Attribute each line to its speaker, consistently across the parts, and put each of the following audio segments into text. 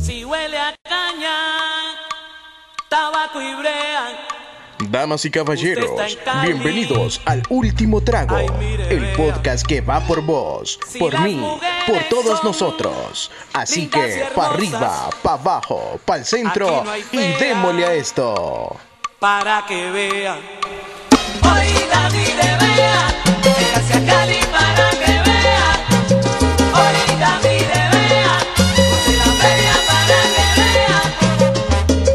Speaker 1: Si huele a caña, tabaco y brea.
Speaker 2: Damas y caballeros, bienvenidos al Último Trago,
Speaker 1: Ay, mire,
Speaker 2: el
Speaker 1: vea.
Speaker 2: podcast que va por vos,
Speaker 1: Si
Speaker 2: por
Speaker 1: las
Speaker 2: mí,
Speaker 1: mujeres
Speaker 2: por todos
Speaker 1: son
Speaker 2: nosotros. Así
Speaker 1: lindas y
Speaker 2: que,
Speaker 1: hermosas,
Speaker 2: pa' arriba, pa' abajo, pa' el centro
Speaker 1: aquí no hay
Speaker 2: y
Speaker 1: fea.
Speaker 2: démosle a esto.
Speaker 1: para que vean. Hoy Dani te vea, véngase a Cali para que vea. Hoy Dani te vea, puse la feria para que vea.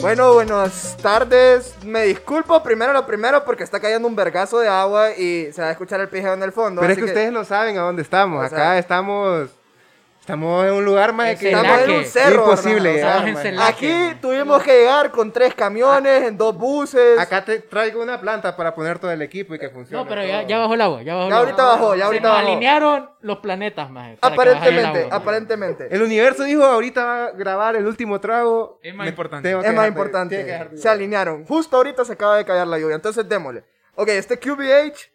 Speaker 3: Bueno, buenas tardes. Me disculpo primero lo primero porque está cayendo un vergazo de agua y se va a escuchar el pijeo en el fondo.
Speaker 4: Pero es
Speaker 3: así
Speaker 4: que, ustedes no saben a dónde estamos.
Speaker 3: O
Speaker 4: Acá
Speaker 3: sea-
Speaker 4: estamos. Estamos en un lugar más
Speaker 5: Es
Speaker 4: que.
Speaker 3: Estamos en
Speaker 5: Celaque.
Speaker 3: un cerro. hermano,
Speaker 4: Imposible
Speaker 3: o sea,
Speaker 4: llegar,
Speaker 5: Estamos en
Speaker 4: man.
Speaker 5: Celaque.
Speaker 3: Aquí tuvimos que llegar con tres camiones, en dos buses.
Speaker 4: Acá te traigo una planta para poner todo el equipo y que funcione.
Speaker 5: No, pero ya,
Speaker 4: todo.
Speaker 5: ya bajó el agua, ya bajó el
Speaker 3: Ya
Speaker 5: agua.
Speaker 3: ahorita bajó, ya
Speaker 5: Se
Speaker 3: ahorita
Speaker 5: nos
Speaker 3: bajó.
Speaker 5: alinearon los planetas, maje. para que bajara el
Speaker 3: aparentemente,
Speaker 5: agua, maje.
Speaker 3: aparentemente.
Speaker 4: El universo dijo: ahorita va a grabar el último trago.
Speaker 6: Es más
Speaker 4: Me-
Speaker 6: importante.
Speaker 4: tengo que
Speaker 3: Es más
Speaker 4: dejar de- tiene que dejar
Speaker 3: importante.
Speaker 4: de-
Speaker 3: Se alinearon. Justo ahorita se acaba de caer la lluvia, entonces démosle. Ok, este QBH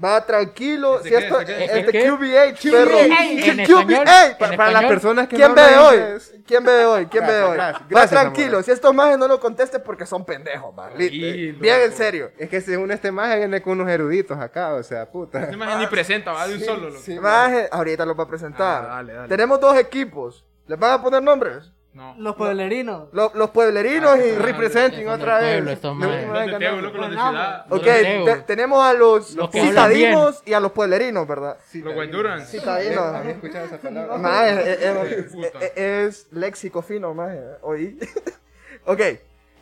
Speaker 3: va tranquilo.
Speaker 6: ¿Este
Speaker 3: si
Speaker 6: qué?
Speaker 3: esto-
Speaker 6: ¿Este qué?
Speaker 3: este
Speaker 5: ¿Este qué?
Speaker 3: QBH, perro.
Speaker 5: En español,
Speaker 3: QBH.
Speaker 5: en
Speaker 4: Para las
Speaker 5: español.
Speaker 4: personas que
Speaker 3: ¿Quién
Speaker 4: no
Speaker 3: bebe
Speaker 4: hablan
Speaker 3: hoy?
Speaker 4: inglés,
Speaker 3: ¿Quién bebe hoy? ¿Quién
Speaker 4: Gracias,
Speaker 3: bebe hoy?
Speaker 4: gracias.
Speaker 3: Más
Speaker 4: Gracias,
Speaker 3: tranquilo,
Speaker 4: Zamora.
Speaker 3: si estos majes no lo contesten porque son pendejos, man. Li-
Speaker 6: Tranquilo,
Speaker 3: Bien en
Speaker 6: po.
Speaker 3: serio.
Speaker 4: Es que según este maje viene con unos eruditos acá, o sea, puta.
Speaker 6: No imagen ni presenta, va de un solo. loco.
Speaker 3: Majes, ahorita los va a presentar.
Speaker 6: Ah, dale, dale.
Speaker 3: Tenemos dos equipos. ¿Les van a poner nombres?
Speaker 6: No. Ah,
Speaker 7: Los pueblerinos.
Speaker 3: Lo- los pueblerinos y.
Speaker 4: Representing
Speaker 5: Son del
Speaker 4: otra vez.
Speaker 5: pueblo estos
Speaker 4: De
Speaker 5: majes.
Speaker 4: última
Speaker 6: Los
Speaker 4: vez
Speaker 6: de Teo,
Speaker 4: ganamos.
Speaker 6: loco, los de
Speaker 7: ganamos.
Speaker 6: ciudad.
Speaker 3: Ok,
Speaker 5: Los
Speaker 3: te-
Speaker 5: Teo.
Speaker 3: tenemos a los,
Speaker 5: Los que hablan
Speaker 3: citadinos y a los pueblerinos, ¿verdad?
Speaker 6: Los guayduran.
Speaker 3: Citadinos.
Speaker 4: Había escuchado esa palabra.
Speaker 3: Maje, eh, eh,
Speaker 6: Puta.
Speaker 3: eh, eh, es léxico fino, maje. Oí. ok,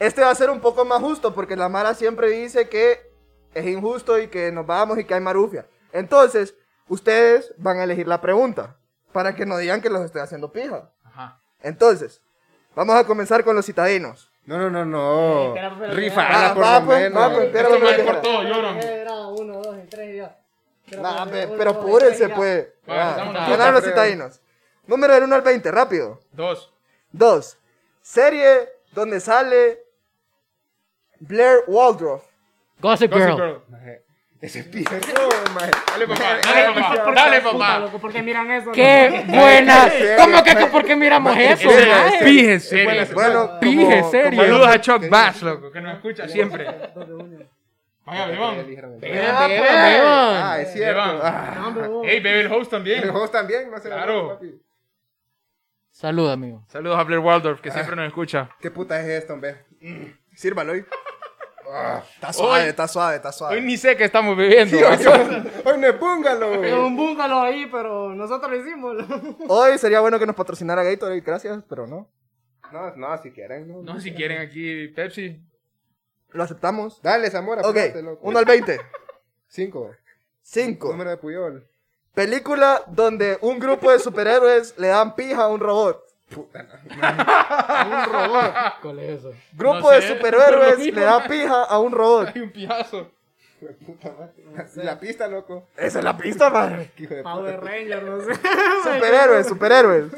Speaker 3: este va a ser un poco más justo porque la Mara siempre dice que es injusto y que nos vamos y que hay marufia. Entonces, ustedes van a elegir la pregunta para que no digan que los estoy haciendo pija.
Speaker 6: Ajá.
Speaker 3: Entonces, vamos a comenzar con los citadinos.
Speaker 4: No, no, no,
Speaker 6: Eh,
Speaker 4: no.
Speaker 7: espera, espera,
Speaker 4: Rifala,
Speaker 3: Va,
Speaker 4: por
Speaker 3: va,
Speaker 4: lo
Speaker 3: pues, va,
Speaker 4: menos.
Speaker 3: pues, espera,
Speaker 6: Estos
Speaker 3: espera,
Speaker 6: majes por
Speaker 3: espera.
Speaker 6: todo lloran.
Speaker 7: Era uno, dos, y tres, y ya.
Speaker 3: Nah, pe-
Speaker 7: uno,
Speaker 3: pero
Speaker 7: dos,
Speaker 3: apúrense,
Speaker 7: tres, ya.
Speaker 3: pues.
Speaker 6: Va,
Speaker 3: Ah,
Speaker 6: empezamos una
Speaker 3: ganaron los
Speaker 4: otra prueba.
Speaker 3: citadinos. Número del 1 al 20, rápido.
Speaker 6: Dos.
Speaker 3: 2. Serie donde sale Blair Waldorf.
Speaker 5: Gossip Girl.
Speaker 6: Gossip Girl.
Speaker 4: Ese pijero, maje.
Speaker 6: Dale, papá. Dale, papá. Dale, papá.
Speaker 7: Loco, ¿por qué miran eso?
Speaker 5: Qué buena. ¿Cómo que que por qué miramos eso,
Speaker 6: Ese-
Speaker 5: maje?
Speaker 6: Pije, serio.
Speaker 3: Bueno,
Speaker 5: Pije,
Speaker 3: como-
Speaker 5: serio.
Speaker 6: Saludos a Chuck Bass, loco, que nos escucha siempre. Vaya,
Speaker 4: Dijeron el-
Speaker 5: Beban,
Speaker 6: Bebón.
Speaker 5: beban,
Speaker 4: Ah,
Speaker 6: pues.
Speaker 5: beban.
Speaker 4: es cierto.
Speaker 6: Beban.
Speaker 4: Ah,
Speaker 6: Ey, bebe el host también.
Speaker 4: Pero vos también, no se la
Speaker 6: Claro.
Speaker 4: papi.
Speaker 5: Saluda, amigo.
Speaker 6: Saludos a Blair Waldorf, que siempre nos escucha.
Speaker 4: ¿Qué puta es esto, hombre?
Speaker 3: Mm, Sírvalo hoy. Ah, Está suave,
Speaker 6: Hoy-
Speaker 3: está suave, está
Speaker 6: Hoy
Speaker 3: suave.
Speaker 6: ni sé qué estamos bebiendo.
Speaker 4: Hoy no es
Speaker 7: Es
Speaker 4: búngalo.
Speaker 7: un búngalo ahí, pero nosotros lo hicimos. loco.
Speaker 3: Hoy sería bueno que nos patrocinara Gatorade, gracias, pero no.
Speaker 4: No, no, si quieren. No.
Speaker 6: No, si quieren aquí Pepsi.
Speaker 3: Lo aceptamos.
Speaker 4: Dale, Zamora.
Speaker 3: Ok,
Speaker 4: apúrate, loco.
Speaker 3: 1 al 20.
Speaker 4: Cinco.
Speaker 3: 5.
Speaker 4: Número de Puyol.
Speaker 3: Película donde un grupo de superhéroes le dan pija a un robot.
Speaker 5: ¿Cuál es eso?
Speaker 3: Grupo
Speaker 6: No
Speaker 3: de
Speaker 6: sé,
Speaker 3: superhéroes
Speaker 6: lo mismo.
Speaker 3: le da pija a un robot.
Speaker 6: Hay un pijazo.
Speaker 4: Puta madre. La pista, loco.
Speaker 3: Esa es la pista, madre.
Speaker 4: Qué hijo de puta.
Speaker 7: Power Ranger, no sé.
Speaker 3: Superhéroes, superhéroes.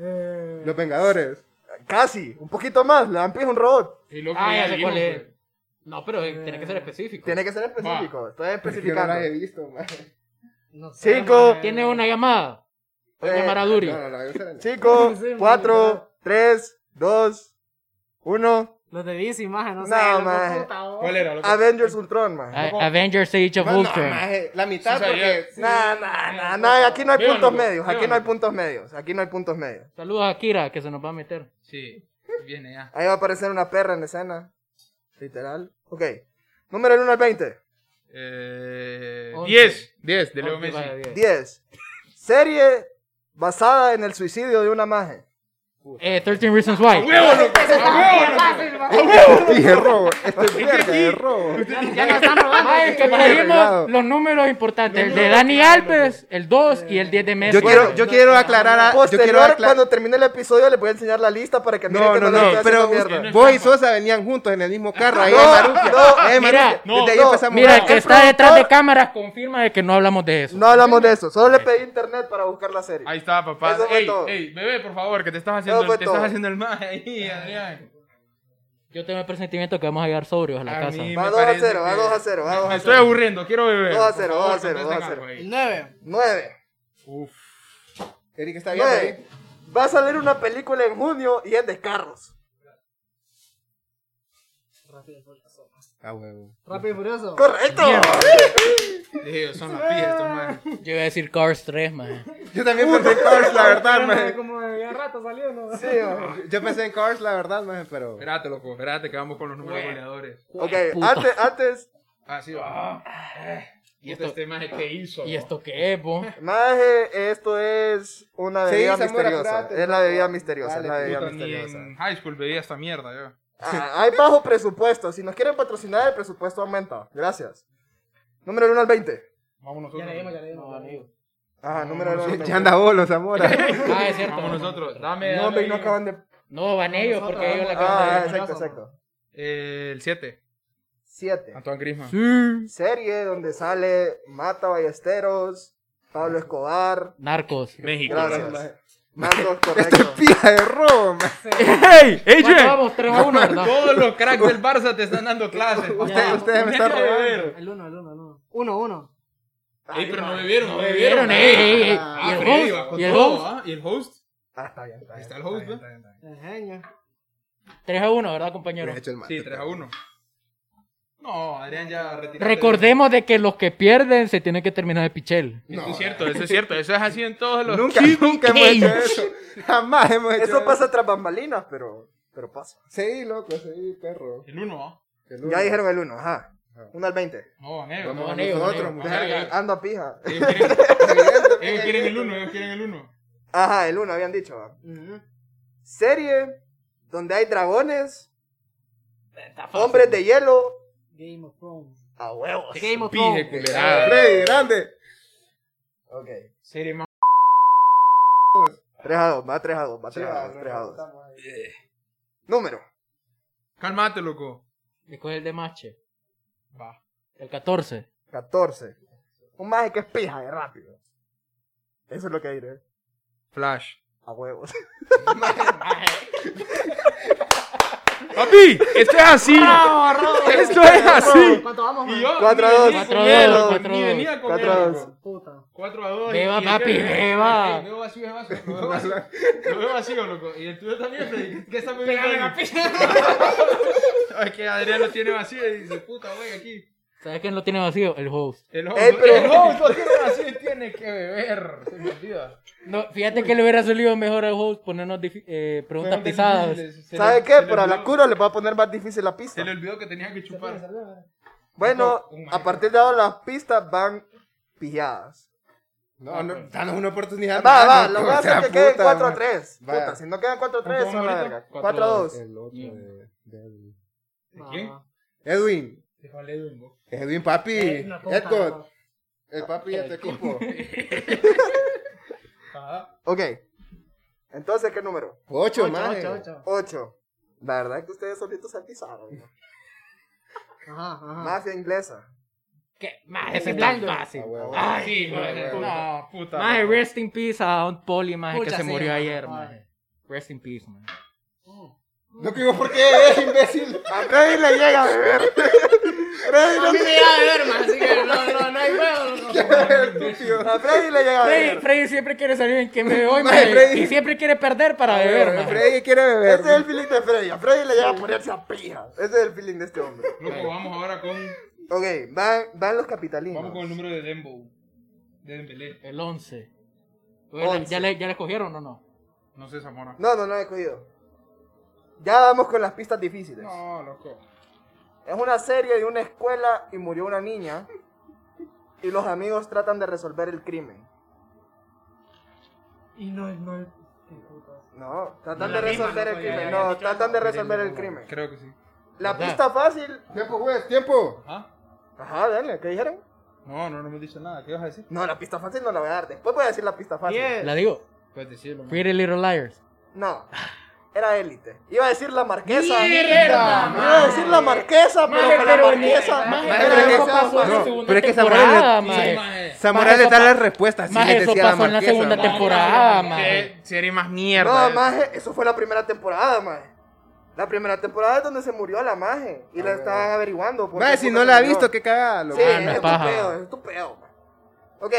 Speaker 7: Eh,
Speaker 4: Los Vengadores.
Speaker 3: Casi, un poquito más, le dan pija a un robot.
Speaker 6: Y loco,
Speaker 5: Ah,
Speaker 6: ya
Speaker 5: ya sé
Speaker 6: dijimos,
Speaker 5: cuál es.
Speaker 6: pues.
Speaker 5: No, pero eh, tiene que ser específico.
Speaker 3: Tiene que ser específico, estoy
Speaker 4: Yo no
Speaker 3: especificando.
Speaker 4: las he visto, madre.
Speaker 7: no sé,
Speaker 3: Cinco.
Speaker 7: maje.
Speaker 5: Tiene una llamada. Fue
Speaker 3: Eh,
Speaker 5: llamar a Duri.
Speaker 4: No, no, no, esa era-
Speaker 3: 5,
Speaker 7: Sí,
Speaker 3: 4, 3, 2, 1.
Speaker 7: Los de DC, maje, no sé.
Speaker 3: No,
Speaker 7: loco,
Speaker 3: maje.
Speaker 7: puta, oh.
Speaker 6: ¿Cuál era? loco?
Speaker 3: Avengers Ultron, man.
Speaker 5: A- Avengers Age of
Speaker 4: No, no,
Speaker 5: Ultron.
Speaker 4: maje, la mitad
Speaker 6: Sí, o sea,
Speaker 4: porque...
Speaker 3: Nah, nah, nah, nah, aquí no hay
Speaker 6: Díganlo,
Speaker 3: puntos medios, aquí no hay
Speaker 6: díganlo.
Speaker 3: puntos medios, aquí no hay puntos medios.
Speaker 5: Saludos a Kira, que se nos va a meter.
Speaker 6: Sí, viene ya.
Speaker 3: Ahí va a aparecer una perra en escena. Literal. Ok. Número del 1 al 20.
Speaker 6: Eh,
Speaker 5: Once.
Speaker 6: 10. 10 de Leo
Speaker 5: Ok, vaya,
Speaker 6: Messi.
Speaker 5: bien.
Speaker 3: 10. Serie basada en el suicidio de una maje.
Speaker 5: Eh, 13 Reasons Why.
Speaker 6: ¡Huevo, loco! ¡A huevo,
Speaker 7: Fácil,
Speaker 6: loco!
Speaker 7: maje.
Speaker 4: Dije robo. Esto es verga de robo.
Speaker 7: Ya lo están robando.
Speaker 5: Ay, que
Speaker 4: arreglado.
Speaker 5: trajimos los números importantes. El de Dani Alves, el 2 y el 10 de Messi.
Speaker 4: Yo quiero, yo quiero aclarar a... Yo quiero
Speaker 3: Posterior,
Speaker 4: aclarar...
Speaker 3: cuando termine el episodio, le voy a enseñar la lista para que miren
Speaker 4: No,
Speaker 3: que
Speaker 4: no,
Speaker 3: no, le
Speaker 4: no,
Speaker 3: estoy
Speaker 4: pero
Speaker 3: haciendo mierda.
Speaker 6: es
Speaker 4: vos y Sosa venían juntos en el mismo carro, ahí en Marufia.
Speaker 3: no,
Speaker 4: Eh, Marufia,
Speaker 5: mira,
Speaker 6: no,
Speaker 4: desde ahí
Speaker 3: no,
Speaker 4: empezamos.
Speaker 5: Mira, el que
Speaker 3: el
Speaker 5: está detrás de
Speaker 3: productor-
Speaker 5: cámaras confirma de que no hablamos de eso.
Speaker 3: No hablamos de eso, solo le pedí internet para buscar la serie.
Speaker 6: Ahí está, papá.
Speaker 3: Eso fue
Speaker 6: Ey,
Speaker 3: todo.
Speaker 6: ey, bebé, por favor, que te estás haciendo,
Speaker 3: fue
Speaker 6: te estás
Speaker 3: todo.
Speaker 6: haciendo el maje ahí, Adrián.
Speaker 5: Yo tengo el presentimiento que vamos a llegar sobrios a la casa.
Speaker 6: mí
Speaker 3: Va
Speaker 6: me
Speaker 3: 2 a
Speaker 6: parece
Speaker 3: 0, va
Speaker 6: que-
Speaker 3: 2 a 0, va 2
Speaker 6: Me
Speaker 3: a
Speaker 6: estoy
Speaker 3: 0.
Speaker 6: aburriendo, quiero beber.
Speaker 3: Dos a
Speaker 6: Por
Speaker 3: cero,
Speaker 6: favor,
Speaker 3: dos a cero,
Speaker 6: contesten
Speaker 3: dos a
Speaker 6: algo
Speaker 3: cero.
Speaker 6: ahí.
Speaker 7: 9.
Speaker 3: 9.
Speaker 6: Uf.
Speaker 4: Eric está viendo ahí.
Speaker 3: 9. Va a salir una película en junio y es de carros.
Speaker 7: Rápido y furioso.
Speaker 4: Ah, huevo.
Speaker 7: Rápido y furioso.
Speaker 3: ¡Correcto!
Speaker 6: Dije, son las pijas estos manes.
Speaker 5: Yo iba a decir Cars 3, man.
Speaker 4: Yo también pensé en Cars, la verdad,
Speaker 7: Como de-
Speaker 4: maje.
Speaker 7: Como de ya rato salió, ¿no?
Speaker 4: Sí, maje. Yo pensé en Cars, la verdad, maje, pero...
Speaker 6: Espérate, loco, espérate que vamos con los números goleadores.
Speaker 3: Ok,
Speaker 5: puta.
Speaker 3: antes, antes,
Speaker 6: Ah, sí, va.
Speaker 5: ¿Y
Speaker 6: ¿Y
Speaker 5: esto-
Speaker 6: este tema es que hizo?
Speaker 5: ¿Y esto qué es, po?
Speaker 3: Maje, esto es una
Speaker 4: Sí,
Speaker 3: bebida
Speaker 4: Zamora,
Speaker 3: misteriosa.
Speaker 4: espérate,
Speaker 3: es la bebida misteriosa,
Speaker 4: Dale,
Speaker 3: es la bebida
Speaker 6: Puta, ni
Speaker 3: misteriosa.
Speaker 6: en high school bebía esta mierda yo.
Speaker 3: Ah, hay bajo presupuesto. Si nos quieren patrocinar, el presupuesto aumenta. Gracias. Número 1 al 20.
Speaker 6: Vamos nosotros.
Speaker 7: Ya le dimos, ya le dimos.
Speaker 3: Ajá, número 1 al 20.
Speaker 4: Ya anda bolo, Zamora.
Speaker 5: Ah, es cierto.
Speaker 6: Vamos nosotros. Dame.
Speaker 3: No,
Speaker 6: dame
Speaker 3: hombre, y no acaban de.
Speaker 5: No, van ellos porque ellos la
Speaker 3: Ah,
Speaker 5: acaban de
Speaker 3: exacto, exacto.
Speaker 6: Eh, el 7.
Speaker 3: 7.
Speaker 6: Antoine Griezmann.
Speaker 3: Serie donde sale Mata Ballesteros, Pablo Escobar.
Speaker 5: Narcos.
Speaker 6: México.
Speaker 3: Gracias. Marcos,
Speaker 4: Esto es
Speaker 3: correcto.
Speaker 4: pija de robo, maje.
Speaker 6: ¡Hey!
Speaker 5: ¿Cuánto vamos? 3 a 1, ¿verdad?
Speaker 6: Todos los cracks del Barça te están dando clases.
Speaker 4: Ustedes- ustedes me están
Speaker 6: Ponete a
Speaker 4: robando.
Speaker 6: beber.
Speaker 7: El 1, el 1, el 1. 1, 1.
Speaker 6: Ey, pero no bebieron, no bebieron.
Speaker 5: ¿Vieron? Ey, ey, ey. ¿Y
Speaker 6: Ah,
Speaker 5: el
Speaker 6: Freddy va
Speaker 5: host?
Speaker 6: con
Speaker 5: ¿Y el
Speaker 6: todo,
Speaker 5: host?
Speaker 6: ¿ah? ¿Y el host?
Speaker 3: Ah, está bien, está
Speaker 6: Ahí
Speaker 3: bien.
Speaker 6: está el host, ¿no?
Speaker 7: El genio.
Speaker 5: 3 a 1, ¿verdad, compañero?
Speaker 4: He hecho el mate.
Speaker 6: Sí, 3 a 1. No, Adrián ya retiró.
Speaker 5: Recordemos de que los que pierden se tienen que terminar de pichel.
Speaker 6: Eso es cierto, eso es cierto. Eso es así en todos los.
Speaker 4: Nunca, nunca hemos hecho eso. Jamás hemos hecho
Speaker 3: Eso pasa tras bambalinas, pero, pero pasa.
Speaker 4: Sí, loco, sí, perro.
Speaker 6: El 1,
Speaker 4: El uno.
Speaker 3: Ya dijeron el 1, ajá. 1 al 20.
Speaker 6: no, van ellos.
Speaker 4: Vamos
Speaker 5: No,
Speaker 4: a
Speaker 5: negro,
Speaker 4: nosotros,
Speaker 5: negro.
Speaker 4: mujer.
Speaker 6: Ajá,
Speaker 3: Ando a pija.
Speaker 6: Ellos quieren- ellos quieren el 1, ellos quieren el 1.
Speaker 3: Ajá, el 1 habían dicho. ¿va? Serie donde hay dragones, hombres de hielo,
Speaker 7: Game of Thrones.
Speaker 3: a huevos.
Speaker 7: Game of
Speaker 6: Pije,
Speaker 7: Thrones.
Speaker 6: culerada.
Speaker 4: Freddy, grande.
Speaker 3: Ok.
Speaker 6: Serie más.
Speaker 3: 3 a 2, va 3 a 2, va 3 a 2, 3 a 2. Número.
Speaker 6: Calmate, loco.
Speaker 5: Escoge el de Mache.
Speaker 6: Va.
Speaker 5: El 14.
Speaker 3: 14. Un maje que es pija, es rápido. Eso es lo que diré.
Speaker 6: Flash.
Speaker 3: A huevos.
Speaker 6: Papi, esto es así. Esto es así.
Speaker 7: ¿Cuánto vamos, man?
Speaker 6: Y yo,
Speaker 3: Cuatro a
Speaker 6: ni
Speaker 3: dos.
Speaker 5: Cuatro
Speaker 6: venía con
Speaker 5: a dos,
Speaker 6: él,
Speaker 5: cuatro
Speaker 6: loco, ni
Speaker 5: a dos.
Speaker 6: venía con
Speaker 3: Cuatro a
Speaker 6: él,
Speaker 3: dos.
Speaker 6: loco.
Speaker 7: Puta.
Speaker 6: 4 a 2.
Speaker 5: Beba, papi, beba.
Speaker 6: Veo vacío, veo vacío. Lo veo vacío, lo veo vacío, loco. Y el tuyo también, Freddy. ¿Qué está bebiendo? ahí? Es que Adrián lo tiene vacío y dice, puta, güey, aquí.
Speaker 5: ¿Sabes quién lo tiene vacío? El host.
Speaker 6: El host,
Speaker 3: Ey, pero-
Speaker 6: el host lo tiene vacío y tiene que beber. Se me olvida.
Speaker 5: No, fíjate que le hubiera salido mejor al host ponernos difí- eh, preguntas pesadas.
Speaker 3: ¿Sabe qué? Para la cura le va a poner más difícil la pista.
Speaker 6: Se le olvidó que tenía que chupar.
Speaker 3: Bueno,
Speaker 6: Un maje.
Speaker 3: a partir de ahora las pistas van pijadas.
Speaker 4: No, no, danos una oportunidad.
Speaker 3: Va,
Speaker 4: mano,
Speaker 3: va, lo
Speaker 4: o
Speaker 3: que
Speaker 4: sea,
Speaker 3: hacer es que queden
Speaker 4: puta,
Speaker 3: 4 a
Speaker 4: man.
Speaker 3: 3.
Speaker 4: Vaya.
Speaker 3: Puta, si no quedan 4 a
Speaker 6: ¿Cómo
Speaker 3: 3, son
Speaker 6: vamos
Speaker 3: la
Speaker 6: ahorita?
Speaker 3: verga. 4 a 2.
Speaker 4: El otro
Speaker 5: Mm.
Speaker 4: de, de Edwin.
Speaker 6: ¿Quién?
Speaker 4: Edwin.
Speaker 6: Déjale de un bo-
Speaker 4: Edwin, papi.
Speaker 7: Eh, no, puta,
Speaker 4: Edcott.
Speaker 7: no.
Speaker 4: El papi
Speaker 3: Ah, este
Speaker 4: de tu equipo.
Speaker 6: Ajá.
Speaker 3: Ok. Entonces, ¿qué número?
Speaker 4: Ocho,
Speaker 7: Ocho,
Speaker 4: maje.
Speaker 7: ocho, ocho.
Speaker 3: 8. La verdad es que ustedes solitos se pisaron. ¿no?
Speaker 7: Ajá, ajá.
Speaker 3: Mafia inglesa.
Speaker 5: ¿Qué? Más, ese es tan fácil.
Speaker 4: Ah, huevo.
Speaker 5: Ay,
Speaker 6: Sí, maje,
Speaker 5: huevo.
Speaker 6: No, puta.
Speaker 5: Maje, rest in peace a Don Poli, maje, que
Speaker 7: Pucha,
Speaker 5: se
Speaker 7: sí,
Speaker 5: murió
Speaker 7: maje,
Speaker 5: ayer,
Speaker 7: maje.
Speaker 5: maje. Rest in peace, maje.
Speaker 4: No que digo, ¿por qué es imbécil?
Speaker 3: A Freddy le llega a beber. Freddy
Speaker 7: A mí
Speaker 3: no-
Speaker 7: me llega a ver, man, así que no, no, no hay huevo. loco.
Speaker 3: A Freddy le llega a
Speaker 5: Freddy,
Speaker 3: beber.
Speaker 5: Freddy siempre quiere salir en que me voy,
Speaker 4: Maje,
Speaker 5: maje,
Speaker 4: Freddy.
Speaker 5: Y siempre quiere perder para beber, maje.
Speaker 4: Freddy quiere beber.
Speaker 3: Ese es el feeling de Freddy. A Freddy le llega a ponerse a pija. Ese es el feeling de este hombre.
Speaker 6: Loco, vamos ahora con.
Speaker 3: Ok, van, van los capitalinos.
Speaker 6: Vamos con el número de Dembo. De Dembélé.
Speaker 5: El 11. Bueno,
Speaker 3: Once.
Speaker 5: ¿Ya, le, ¿Ya le cogieron o no?
Speaker 6: No sé, Zamora.
Speaker 3: No, no, no he cogido. Ya vamos con las pistas difíciles.
Speaker 6: No, loco.
Speaker 3: Es una serie de una escuela y murió una niña. Y los amigos tratan de resolver el crimen.
Speaker 7: Y no, no. qué putas.
Speaker 3: No, tratan
Speaker 7: No,
Speaker 3: de
Speaker 7: la misma,
Speaker 3: resolver el
Speaker 7: loco, ya,
Speaker 3: crimen.
Speaker 7: ya,
Speaker 3: No,
Speaker 7: ya, ya,
Speaker 3: tratan de
Speaker 7: ya, ya,
Speaker 3: resolver el crimen.
Speaker 6: Creo que sí.
Speaker 3: La
Speaker 5: ¿Verdad?
Speaker 3: pista fácil.
Speaker 4: Tiempo, juez, tiempo.
Speaker 6: ¿Ah?
Speaker 3: Ajá, dale, ¿qué dijeron?
Speaker 6: No, no, no me has dicho nada. ¿Qué vas a decir?
Speaker 3: No, la pista fácil no la voy a dar. Después voy a decir la pista fácil.
Speaker 7: Diez.
Speaker 5: La digo.
Speaker 6: Puedes decirlo, man.
Speaker 5: Pretty Little Liars.
Speaker 3: No, era élite. Iba a decir la marquesa.
Speaker 5: ¡Mierda,
Speaker 3: Iba a decir la marquesa, pero
Speaker 5: Maje,
Speaker 3: con la
Speaker 5: pero-
Speaker 3: marquesa.
Speaker 5: maje,
Speaker 3: era
Speaker 5: pero
Speaker 3: que
Speaker 5: eso
Speaker 3: sea
Speaker 5: pasó en la
Speaker 3: fácil.
Speaker 5: segunda
Speaker 4: pero es que esa
Speaker 5: temporada,
Speaker 4: madre-
Speaker 5: maje.
Speaker 4: Samurai le da
Speaker 5: Maje,
Speaker 4: la respuesta.
Speaker 5: Maje, eso pasó en la segunda temporada, maje.
Speaker 6: Serie Eh, más
Speaker 3: No,
Speaker 6: mierda. eh.
Speaker 3: maje, eso fue la primera temporada, maje. La primera temporada es donde se murió la maje y la estaban averiguando. pues, por
Speaker 4: Mae,
Speaker 3: qué
Speaker 4: Ah, si
Speaker 3: puta
Speaker 4: no
Speaker 3: se
Speaker 4: la ha
Speaker 3: murió.
Speaker 4: visto, qué cagada. loco.
Speaker 3: Sí,
Speaker 5: Ah, no es
Speaker 3: es tu
Speaker 5: paja.
Speaker 3: pedo, es tu pedo. man. Ok,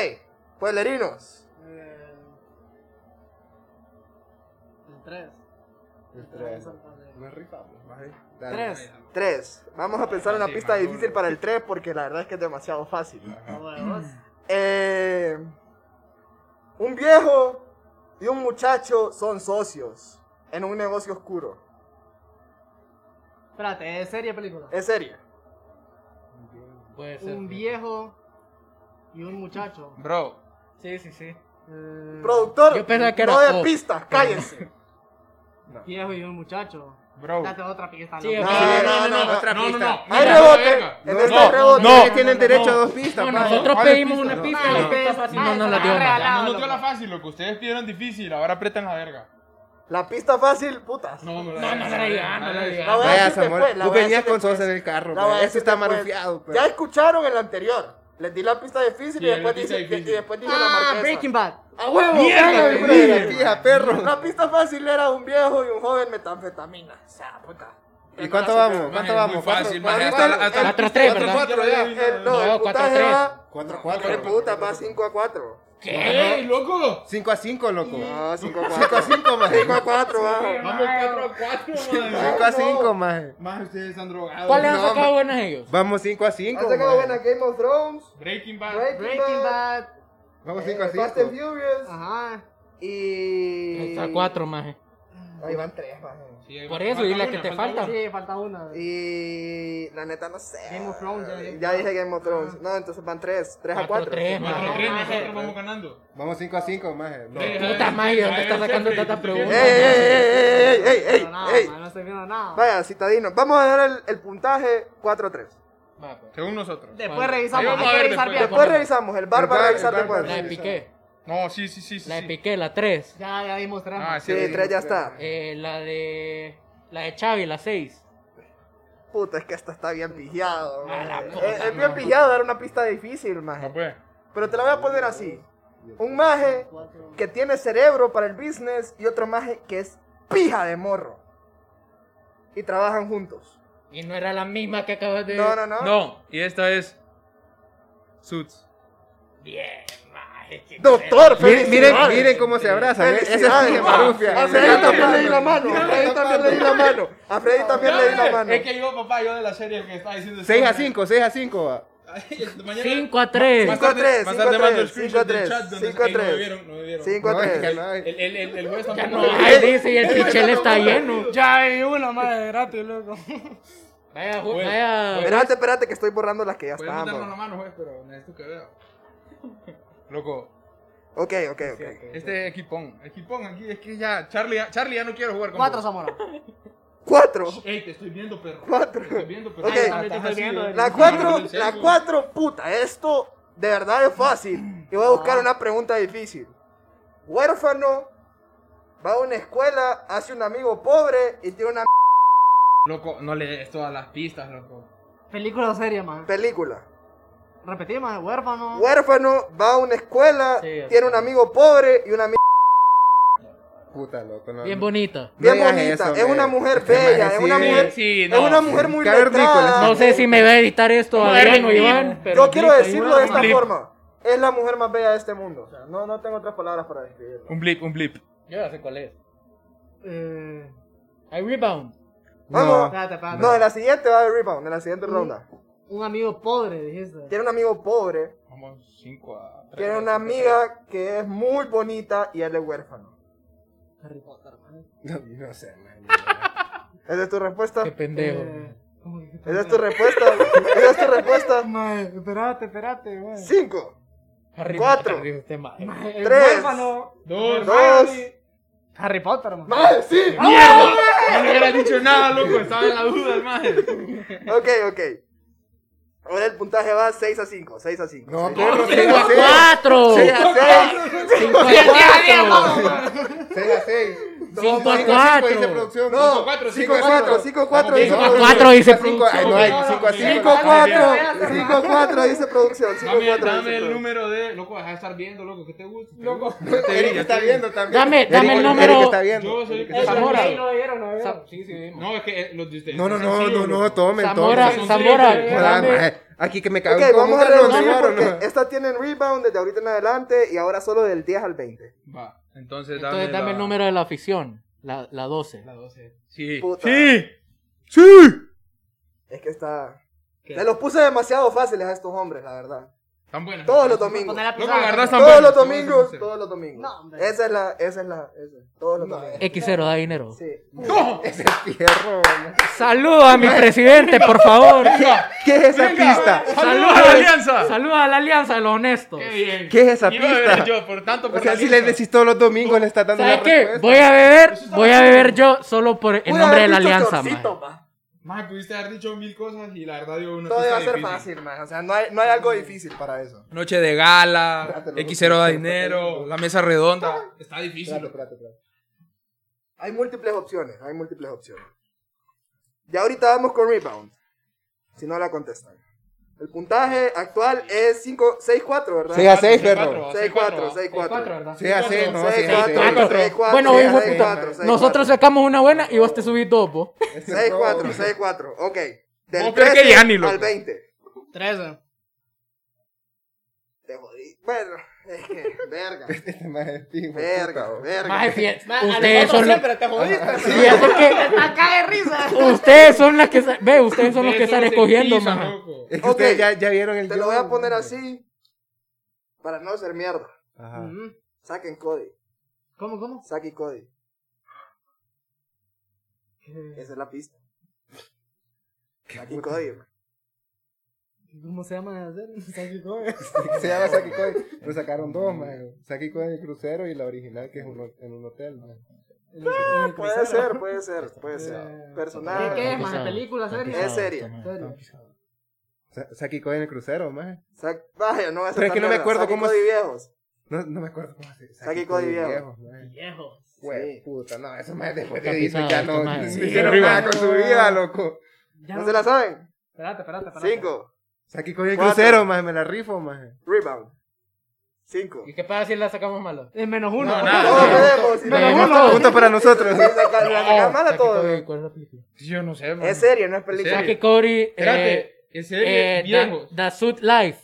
Speaker 3: pueblerinos.
Speaker 7: Eh, el 3. El
Speaker 4: tres.
Speaker 7: tres.
Speaker 4: pues, Dale.
Speaker 3: Tres. Vamos a pensar en una
Speaker 6: Sí,
Speaker 3: pista
Speaker 6: man,
Speaker 3: difícil
Speaker 6: duro.
Speaker 3: para el 3 porque la verdad es que es demasiado fácil.
Speaker 7: A huevos.
Speaker 3: Eh, un viejo y un muchacho son socios en un negocio oscuro.
Speaker 7: Espérate, ¿es serie o película?
Speaker 3: Es serie.
Speaker 5: Puede ser.
Speaker 7: Un viejo y un muchacho.
Speaker 6: Bro,
Speaker 5: Sí, sí, sí.
Speaker 7: Eh,
Speaker 3: Productor,
Speaker 5: Yo pensaba que era
Speaker 3: no de
Speaker 5: O.
Speaker 3: pistas, cállense.
Speaker 7: viejo y un muchacho.
Speaker 6: bro.
Speaker 7: Date otra pieza.
Speaker 5: Sí,
Speaker 7: loco.
Speaker 5: ok.
Speaker 3: no, no, no,
Speaker 4: otra
Speaker 6: no,
Speaker 4: pista.
Speaker 6: no, no.
Speaker 3: Hay
Speaker 6: Mira,
Speaker 3: rebote.
Speaker 6: verga.
Speaker 3: En este
Speaker 6: No,
Speaker 3: hay rebote.
Speaker 5: no,
Speaker 4: Ustedes tienen
Speaker 5: no,
Speaker 4: derecho
Speaker 5: no.
Speaker 4: a dos pistas,
Speaker 5: No,
Speaker 4: pa.
Speaker 5: nosotros
Speaker 6: ¿Cuáles
Speaker 5: pedimos
Speaker 6: pistas?
Speaker 5: una pista,
Speaker 7: No,
Speaker 5: la
Speaker 7: no,
Speaker 5: pista
Speaker 7: no,
Speaker 5: fácil
Speaker 7: no,
Speaker 5: no nos la
Speaker 7: no,
Speaker 5: dio.
Speaker 7: no,
Speaker 5: man.
Speaker 7: no,
Speaker 6: Ya no nos dio la fácil, loco. Ustedes pidieron difícil, ahora apretan la verga.
Speaker 3: La pista fácil, putas.
Speaker 6: No, no
Speaker 5: No, no la digan, no la
Speaker 3: La
Speaker 5: digan.
Speaker 3: voy a
Speaker 4: Vaya,
Speaker 3: decir
Speaker 4: Samuel,
Speaker 3: después, la voy
Speaker 4: tú
Speaker 3: a pues.
Speaker 4: venías
Speaker 3: decir
Speaker 4: con
Speaker 3: después.
Speaker 4: sos en el carro,
Speaker 3: La
Speaker 4: man.
Speaker 3: voy a
Speaker 4: Eso
Speaker 3: decir
Speaker 4: está pues.
Speaker 3: después.
Speaker 4: marufiado, pero-
Speaker 3: Ya escucharon el anterior. Les di la pista difícil y
Speaker 6: Sí,
Speaker 3: después
Speaker 6: la pista
Speaker 3: dije,
Speaker 6: difícil.
Speaker 3: y después dije la
Speaker 7: Ah,
Speaker 3: marquesa.
Speaker 7: Breaking Bad.
Speaker 3: ¡A huevo!
Speaker 4: Mierda,
Speaker 3: Venga,
Speaker 4: te
Speaker 3: venga.
Speaker 4: dije, fija, perro.
Speaker 3: La pista fácil era un viejo y un joven metanfetamina. O sea, puta.
Speaker 4: ¿Y cuánto vamos?
Speaker 6: Maje,
Speaker 4: ¿Cuánto
Speaker 6: muy
Speaker 4: vamos?
Speaker 6: fácil, maje,
Speaker 4: ¿Cuatro?
Speaker 6: hasta la- hasta la-
Speaker 5: Cuatro, tres, ¿verdad?
Speaker 4: Cuatro, cuatro, ya.
Speaker 3: El, no,
Speaker 5: No,
Speaker 3: el
Speaker 5: cuatro,
Speaker 3: puntaje
Speaker 5: tres.
Speaker 3: va...
Speaker 4: Cuatro,
Speaker 3: Cuatro,
Speaker 4: cuatro.
Speaker 3: puta, va 5 a 4.
Speaker 6: ¿Qué, loco?
Speaker 4: 5 a 5, loco.
Speaker 3: No, 5 a 4.
Speaker 4: 5 a 5, maje.
Speaker 3: 5 a 4, va.
Speaker 6: Vamos 4 a 4, man.
Speaker 4: 5 a 5, maje.
Speaker 6: Más ustedes están drogados.
Speaker 5: ¿Cuáles han
Speaker 4: No,
Speaker 5: sacado
Speaker 4: man.
Speaker 5: buenas ellos?
Speaker 4: Vamos 5 a 5,
Speaker 3: Han sacado buena
Speaker 4: maje.
Speaker 3: Game of Thrones,
Speaker 6: Breaking Bad.
Speaker 3: Breaking,
Speaker 7: Breaking
Speaker 3: Bad,
Speaker 7: Bad.
Speaker 4: Vamos
Speaker 3: eh,
Speaker 4: 5 a
Speaker 3: Fast and
Speaker 4: 5.
Speaker 3: Furious
Speaker 7: Ajá.
Speaker 3: y...
Speaker 5: Está cuatro, maje.
Speaker 3: Ahí van 3, va.
Speaker 6: Sí,
Speaker 5: Por
Speaker 6: falta
Speaker 5: eso, y la que
Speaker 6: una,
Speaker 5: te falta.
Speaker 7: Sí, falta una.
Speaker 3: Y... La neta no sé.
Speaker 7: Game of Thrones, ya Ah. dije.
Speaker 3: Ya dije Game of Thrones. No, entonces van 3. 3 a
Speaker 5: Cuatro,
Speaker 3: 4.
Speaker 5: tres,
Speaker 6: Cuatro,
Speaker 5: maje.
Speaker 6: tres, nosotros vamos ganando.
Speaker 4: Vamos 5 a 5, maje. No.
Speaker 6: Tres,
Speaker 5: Puta
Speaker 6: a ver,
Speaker 5: madre, ¿dónde
Speaker 6: a
Speaker 5: está
Speaker 6: ver,
Speaker 5: sacando
Speaker 6: Jeffrey,
Speaker 5: tanta
Speaker 6: te
Speaker 5: pregunta?
Speaker 3: ¡Ey,
Speaker 6: estoy
Speaker 3: ey,
Speaker 6: viendo.
Speaker 3: ey, ey, ey, ey,
Speaker 7: No,
Speaker 3: ey,
Speaker 7: nada,
Speaker 3: ey!
Speaker 7: man, no estoy viendo nada.
Speaker 3: Vaya, citadino. Vamos a dar el, el puntaje 4 a 3.
Speaker 5: Va, pues.
Speaker 6: Según nosotros.
Speaker 7: Después
Speaker 5: Bueno,
Speaker 7: revisamos.
Speaker 6: ahí vamos
Speaker 7: hay
Speaker 6: a
Speaker 7: que
Speaker 6: ver
Speaker 7: revisar
Speaker 6: después.
Speaker 7: bien.
Speaker 3: Después revisamos. El bar
Speaker 4: El
Speaker 3: va a
Speaker 4: bar,
Speaker 3: revisar
Speaker 4: el bar
Speaker 3: después.
Speaker 4: va
Speaker 5: La de Piqué.
Speaker 6: No, sí, sí, sí. sí,
Speaker 5: La de
Speaker 6: sí.
Speaker 5: Piqué, la tres.
Speaker 7: Ya, ya dimos tres.
Speaker 6: Ah,
Speaker 3: Sí,
Speaker 6: sí.
Speaker 3: 3 ya está.
Speaker 5: Eh, la de. La de Xavi, la 6.
Speaker 3: Puta, es que esta está bien pillado.
Speaker 5: A la
Speaker 3: man.
Speaker 5: puta,
Speaker 3: Es, es bien pillado, era una pista difícil,
Speaker 6: Ah,
Speaker 3: maje.
Speaker 6: pues.
Speaker 3: Pero te la voy a poner así. Un maje que tiene cerebro para el business y otro maje que es pija de morro. Y trabajan juntos.
Speaker 5: Y no era la misma que acabas de.
Speaker 3: No, no, no.
Speaker 6: No, y esta es. Suits.
Speaker 5: Bien, maje. qué
Speaker 3: Doctor,
Speaker 4: Miren, miren,
Speaker 3: felicidades.
Speaker 4: miren cómo se abrazan. ¿eh? Esa
Speaker 3: Felicidades,
Speaker 4: es de
Speaker 3: ma.
Speaker 4: Marufia.
Speaker 3: A Freddy también le di la mano. A Freddy también le di la mano. A Freddy también le di la mano.
Speaker 6: Es que yo, papá, yo de la serie que estaba diciendo.
Speaker 4: 6 a 5, 6 a 5. va.
Speaker 6: Mañana-
Speaker 5: 5 a 3.
Speaker 6: Más
Speaker 3: 5 a 3,
Speaker 6: tarde- más
Speaker 3: 5
Speaker 6: tarde mando el
Speaker 3: a 3, 5 a
Speaker 6: screenshot del
Speaker 3: 3,
Speaker 6: chat donde
Speaker 3: 5 a
Speaker 6: Ey, no me
Speaker 3: 3,
Speaker 6: vieron, no me vieron.
Speaker 3: 5 a
Speaker 4: No, es que
Speaker 3: 3.
Speaker 4: no hay.
Speaker 6: El, el, el, el juez
Speaker 5: Ya
Speaker 6: tampoco.
Speaker 5: no hay, dice, y el pichel está lleno.
Speaker 7: Ya hay una madre gratis, loco.
Speaker 5: Vaya, ju-
Speaker 6: Bueno,
Speaker 5: vaya.
Speaker 3: Espérate, espérate que estoy borrando las que ya
Speaker 6: Puedes meternos la
Speaker 3: estaban.
Speaker 6: mano, juez, pero necesito que vea. Loco,
Speaker 3: Ok, ok, ok.
Speaker 6: este es equipón. Equipón aquí, es que ya. Charlie, ya- Charlie ya no quiero jugar con
Speaker 7: Cuatro,
Speaker 6: vos.
Speaker 7: Zamora.
Speaker 3: 4.
Speaker 6: Ey, te estoy viendo, perro.
Speaker 3: Cuatro.
Speaker 6: Te estoy viendo, perro.
Speaker 3: Ok.
Speaker 6: Estás
Speaker 7: También te estoy
Speaker 6: así,
Speaker 7: viendo,
Speaker 6: eh.
Speaker 3: La 4, la 4, puta, esto de verdad es fácil. Y voy a
Speaker 4: Ah.
Speaker 3: buscar una pregunta difícil. Huérfano va a una escuela, hace un amigo pobre y tiene una
Speaker 6: Loco, no le des todas las pistas, loco.
Speaker 7: Película o serie, man.
Speaker 3: película.
Speaker 7: Repetí, man.
Speaker 4: Ah.
Speaker 7: Huérfano.
Speaker 3: Huérfano va a una escuela,
Speaker 5: Sí,
Speaker 3: tiene un amigo pobre y una amiga
Speaker 4: Puta, loco. No,
Speaker 5: Bien bonita.
Speaker 4: No
Speaker 3: bien
Speaker 4: digas
Speaker 3: bonita.
Speaker 4: eso,
Speaker 3: es una
Speaker 4: man.
Speaker 3: mujer
Speaker 4: Este
Speaker 3: bella,
Speaker 4: maje
Speaker 3: es una
Speaker 4: sí.
Speaker 3: mujer,
Speaker 6: Sí,
Speaker 3: es
Speaker 6: no.
Speaker 3: una mujer muy
Speaker 4: Cavernícola,
Speaker 3: letrada.
Speaker 5: No sé si me va a editar esto
Speaker 6: No,
Speaker 5: Adrián o
Speaker 6: Ernie.
Speaker 5: Iván, pero.
Speaker 3: Yo quiero
Speaker 5: ahorita
Speaker 3: decirlo
Speaker 5: igual,
Speaker 3: de esta
Speaker 5: maje.
Speaker 3: forma. Es la mujer más bella de este mundo. O sea, no, no tengo otras palabras para describirlo.
Speaker 6: Un blip, un blip.
Speaker 5: Yo ya sé cuál es.
Speaker 7: Eh,
Speaker 5: Hay rebound.
Speaker 3: Vamos.
Speaker 7: espérate, espérate.
Speaker 3: No, en la siguiente va a haber rebound, en la siguiente
Speaker 5: Mm.
Speaker 3: ronda.
Speaker 7: Un amigo pobre, dijiste.
Speaker 3: Tiene un amigo pobre,
Speaker 6: Vamos 5 a 3.
Speaker 3: tiene una amiga que es muy bonita y él es huérfano.
Speaker 7: Harry Potter, man.
Speaker 4: No, no sé, man.
Speaker 3: ¿Esa es tu respuesta?
Speaker 5: Qué pendejo.
Speaker 7: Eh, ¿cómo que-
Speaker 3: ¿Esa es tu respuesta? ¿Esa es tu respuesta?
Speaker 7: Man, Eh, espérate, espérate, man.
Speaker 3: Cinco,
Speaker 5: Harry
Speaker 3: cuatro.
Speaker 5: Potter, dice este maje.
Speaker 7: Man, el
Speaker 3: Tres.
Speaker 7: huérfano.
Speaker 6: 2.
Speaker 3: dos...
Speaker 7: Harry Potter, man.
Speaker 3: ¡Más! ¡Sí!
Speaker 6: ¡Mierda! No le hubiera dicho nada, loco. Estaba en la duda, hermano.
Speaker 3: Ok, ok. Ahora el puntaje va 6 a 5, 6 a 5.
Speaker 4: No,
Speaker 3: seis-
Speaker 4: perro, 6
Speaker 5: 5 a
Speaker 4: a
Speaker 5: 4.
Speaker 4: 6
Speaker 5: 5
Speaker 4: a
Speaker 5: a 4.
Speaker 4: 6 a 6.
Speaker 5: Cinco a
Speaker 4: dice
Speaker 5: cuatro.
Speaker 4: producción.
Speaker 3: No,
Speaker 6: 5-4,
Speaker 3: 5-4, 5-4 dice
Speaker 5: Cinco a
Speaker 3: producción.
Speaker 5: cuatro dice
Speaker 4: Cinco, ay, no hay, cinco a cinco.
Speaker 3: 5-4, 5-4 dice producción. 5-4
Speaker 6: Dame,
Speaker 3: dice
Speaker 6: dame el
Speaker 3: producción.
Speaker 6: número de. Loco, vas a estar viendo, loco, que te gusta.
Speaker 7: Loco.
Speaker 4: Eric está viendo también.
Speaker 5: Dame-
Speaker 4: Eric-
Speaker 5: dame el
Speaker 4: Eric
Speaker 5: número.
Speaker 4: está viendo.
Speaker 6: Yo soy el que
Speaker 5: Eh,
Speaker 6: está-
Speaker 5: Zamora.
Speaker 7: Ey, No vieron, no vieron.
Speaker 5: Sí, sí, vimos.
Speaker 6: No, es que eh, los de ustedes.
Speaker 4: No, no,
Speaker 6: son
Speaker 4: no, no,
Speaker 6: sencillos,
Speaker 4: no,
Speaker 6: loco.
Speaker 4: tomen,
Speaker 5: Zamora,
Speaker 4: tomen.
Speaker 6: Son
Speaker 5: Zamora.
Speaker 6: tristes,
Speaker 4: Joder,
Speaker 5: dame-
Speaker 4: maje, Aquí que me cago
Speaker 3: Ok,
Speaker 4: en todo,
Speaker 3: vamos a
Speaker 4: nunca
Speaker 3: redondear
Speaker 4: renunciaron,
Speaker 3: porque
Speaker 4: ¿no?
Speaker 3: estas tienen rebound desde ahorita en adelante y ahora solo del 10 al 20.
Speaker 6: Va, entonces dame.
Speaker 5: Entonces dame
Speaker 6: la-
Speaker 5: el número de la afición. La, la 12.
Speaker 6: La 12. Sí.
Speaker 3: Puta.
Speaker 4: Sí.
Speaker 3: Es que está.
Speaker 6: ¿Qué?
Speaker 3: Se los puse demasiado fáciles a estos hombres, la verdad.
Speaker 6: Tan buenas.
Speaker 3: Todos los
Speaker 7: Poner
Speaker 3: domingos.
Speaker 7: la
Speaker 6: Loco,
Speaker 7: pisada.
Speaker 6: agarrás tan
Speaker 3: Todos
Speaker 6: buenas,
Speaker 3: los
Speaker 6: te voy a ser
Speaker 3: domingos,
Speaker 6: sincero.
Speaker 3: todos los domingos.
Speaker 7: No, hombre.
Speaker 3: esa es la, esa es la, esa. Todos los domingos.
Speaker 5: X0, da dinero.
Speaker 3: Sí.
Speaker 6: ¡No!
Speaker 4: Fierro.
Speaker 5: Saluda a mi presidente, por favor.
Speaker 4: ¿Qué es esa pista?
Speaker 6: ¡Saludos a la alianza!
Speaker 5: Saluda a la alianza de los honestos.
Speaker 6: ¡Qué bien!
Speaker 4: ¿Qué es esa
Speaker 6: Iba a
Speaker 4: pista?
Speaker 6: ver Yo, por tanto, por
Speaker 4: O sea,
Speaker 6: la
Speaker 4: si le
Speaker 6: alianza.
Speaker 4: decís todos los domingos, le estás dando la
Speaker 5: ¿Sabes qué?
Speaker 4: respuesta.
Speaker 5: Voy a beber, voy a beber yo solo por el
Speaker 3: Pude
Speaker 5: nombre de
Speaker 3: haber
Speaker 5: la
Speaker 3: dicho
Speaker 5: alianza,
Speaker 3: chorcito,
Speaker 5: maje.
Speaker 3: pa.
Speaker 6: Maje, pudiste haber dicho mil cosas y la verdad dio una
Speaker 3: Todo iba a
Speaker 6: pista
Speaker 3: ser
Speaker 6: difícil.
Speaker 3: fácil, man. O sea, no hay, no hay algo difícil para eso.
Speaker 6: Noche de gala,
Speaker 4: Espérate, loco.
Speaker 6: X0 da dinero, la mesa redonda. Está difícil.
Speaker 4: Espérate, espérate, espérate.
Speaker 3: Hay múltiples opciones, hay múltiples opciones. Ya ahorita vamos con rebound. Si no la contestan. El puntaje actual es 5, 6-4, ¿verdad?
Speaker 4: 6 a 6, perro.
Speaker 3: 6-4,
Speaker 7: 4,
Speaker 3: 6-4.
Speaker 7: ¿verdad?
Speaker 4: 6 a 6, no, 6 a 6.
Speaker 3: 6-4, 6-4.
Speaker 5: Bueno, hijo de puta,
Speaker 3: 6-4.
Speaker 5: Nosotros sacamos una buena y vos te subís dos, vos.
Speaker 4: Este
Speaker 3: 6-4, 6-4. Ok. Del
Speaker 6: Vos crees que
Speaker 3: 13
Speaker 6: ya ni, loco.
Speaker 3: al 20.
Speaker 7: 13.
Speaker 3: Te jodí. Bueno, es que, verga.
Speaker 4: Este maje es pijo, puta,
Speaker 3: Verga,
Speaker 4: vos.
Speaker 5: Maje,
Speaker 3: verga.
Speaker 5: fie-
Speaker 7: Ma, a
Speaker 5: ustedes
Speaker 7: nosotros
Speaker 5: son los-
Speaker 7: siempre te jodiste.
Speaker 5: fíjate que
Speaker 7: Acá de risa.
Speaker 5: ustedes son las que sa- ve, ustedes son los que están escogiendo,
Speaker 6: más.
Speaker 5: maje.
Speaker 4: Es que ustedes
Speaker 3: Ok.
Speaker 4: ya, ya vieron el
Speaker 3: Te lo voy a
Speaker 4: guión.
Speaker 3: poner así para no ser mierda.
Speaker 4: Ajá.
Speaker 3: Saquen Cody.
Speaker 7: ¿Cómo, cómo?
Speaker 3: Saquen Cody. Esa es la pista. Saquen Cody. man.
Speaker 7: ¿Cómo se llama?
Speaker 4: Se llama Saki Koi. Pero sacaron dos, maje. Saki Koi en el crucero y la original que es un, en un hotel, maje.
Speaker 3: Puede ser, puede ser, puede ser.
Speaker 7: ¿Qué, qué es,
Speaker 3: Personal.
Speaker 7: más? ¿Película, serie?
Speaker 3: Es serie.
Speaker 4: Sa- Saki Koi en el crucero, maje.
Speaker 3: Sa- Vaya, no va a ser
Speaker 4: Pero
Speaker 3: tan
Speaker 4: es que no me
Speaker 3: mierda.
Speaker 4: acuerdo
Speaker 3: Saquen
Speaker 4: cómo es-
Speaker 3: Cody viejos.
Speaker 4: No, no me acuerdo cómo se
Speaker 3: Saki Koi viejo.
Speaker 4: maje.
Speaker 7: Viejo.
Speaker 4: Güey,
Speaker 3: Sí.
Speaker 4: puta, no, eso más después
Speaker 5: Está
Speaker 4: de Disney
Speaker 5: pisado
Speaker 4: ya
Speaker 5: esto,
Speaker 4: no,
Speaker 5: maje.
Speaker 4: no
Speaker 5: Sí,
Speaker 4: hicieron
Speaker 6: arriba.
Speaker 4: nada con su vida, loco.
Speaker 7: Ya
Speaker 3: ¿No se la saben?
Speaker 7: Espérate, espérate, espérate.
Speaker 3: 5.
Speaker 4: Saki Koi en el
Speaker 3: Cuatro.
Speaker 4: crucero, maje, me la rifo, maje.
Speaker 3: Rebound. 5.
Speaker 5: ¿Y qué pasa si la sacamos mala?
Speaker 7: Es menos uno.
Speaker 6: No,
Speaker 7: No,
Speaker 6: nada.
Speaker 3: Todos podemos. si
Speaker 5: Pero
Speaker 3: no-
Speaker 5: no-
Speaker 4: Punto para nosotros.
Speaker 3: si saca- La sacan mala todos.
Speaker 6: Yo no sé, man.
Speaker 3: Es serie, no es película.
Speaker 5: Saki Cody, eh,
Speaker 6: Espérate, es serie,
Speaker 5: eh,
Speaker 6: viejo.
Speaker 5: Da- Da Suit Life.